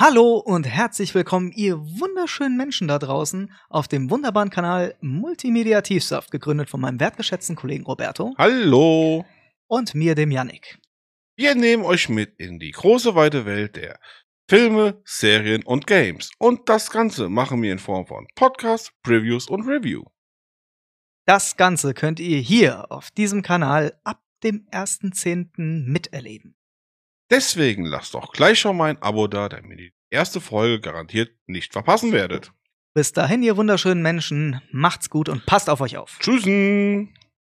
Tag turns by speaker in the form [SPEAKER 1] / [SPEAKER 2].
[SPEAKER 1] Hallo und herzlich willkommen, ihr wunderschönen Menschen da draußen, auf dem wunderbaren Kanal Multimedia Tiefsaft, gegründet von meinem wertgeschätzten Kollegen Roberto
[SPEAKER 2] Hallo!
[SPEAKER 1] und mir, dem Yannick.
[SPEAKER 2] Wir nehmen euch mit in die große weite Welt der Filme, Serien und Games. Und das Ganze machen wir in Form von Podcasts, Previews und Review.
[SPEAKER 1] Das Ganze könnt ihr hier auf diesem Kanal ab dem 1.10. miterleben.
[SPEAKER 2] Deswegen lasst doch gleich schon mal ein Abo da, damit ihr die erste Folge garantiert nicht verpassen werdet.
[SPEAKER 1] Bis dahin, ihr wunderschönen Menschen, macht's gut und passt auf euch auf.
[SPEAKER 2] Tschüssen!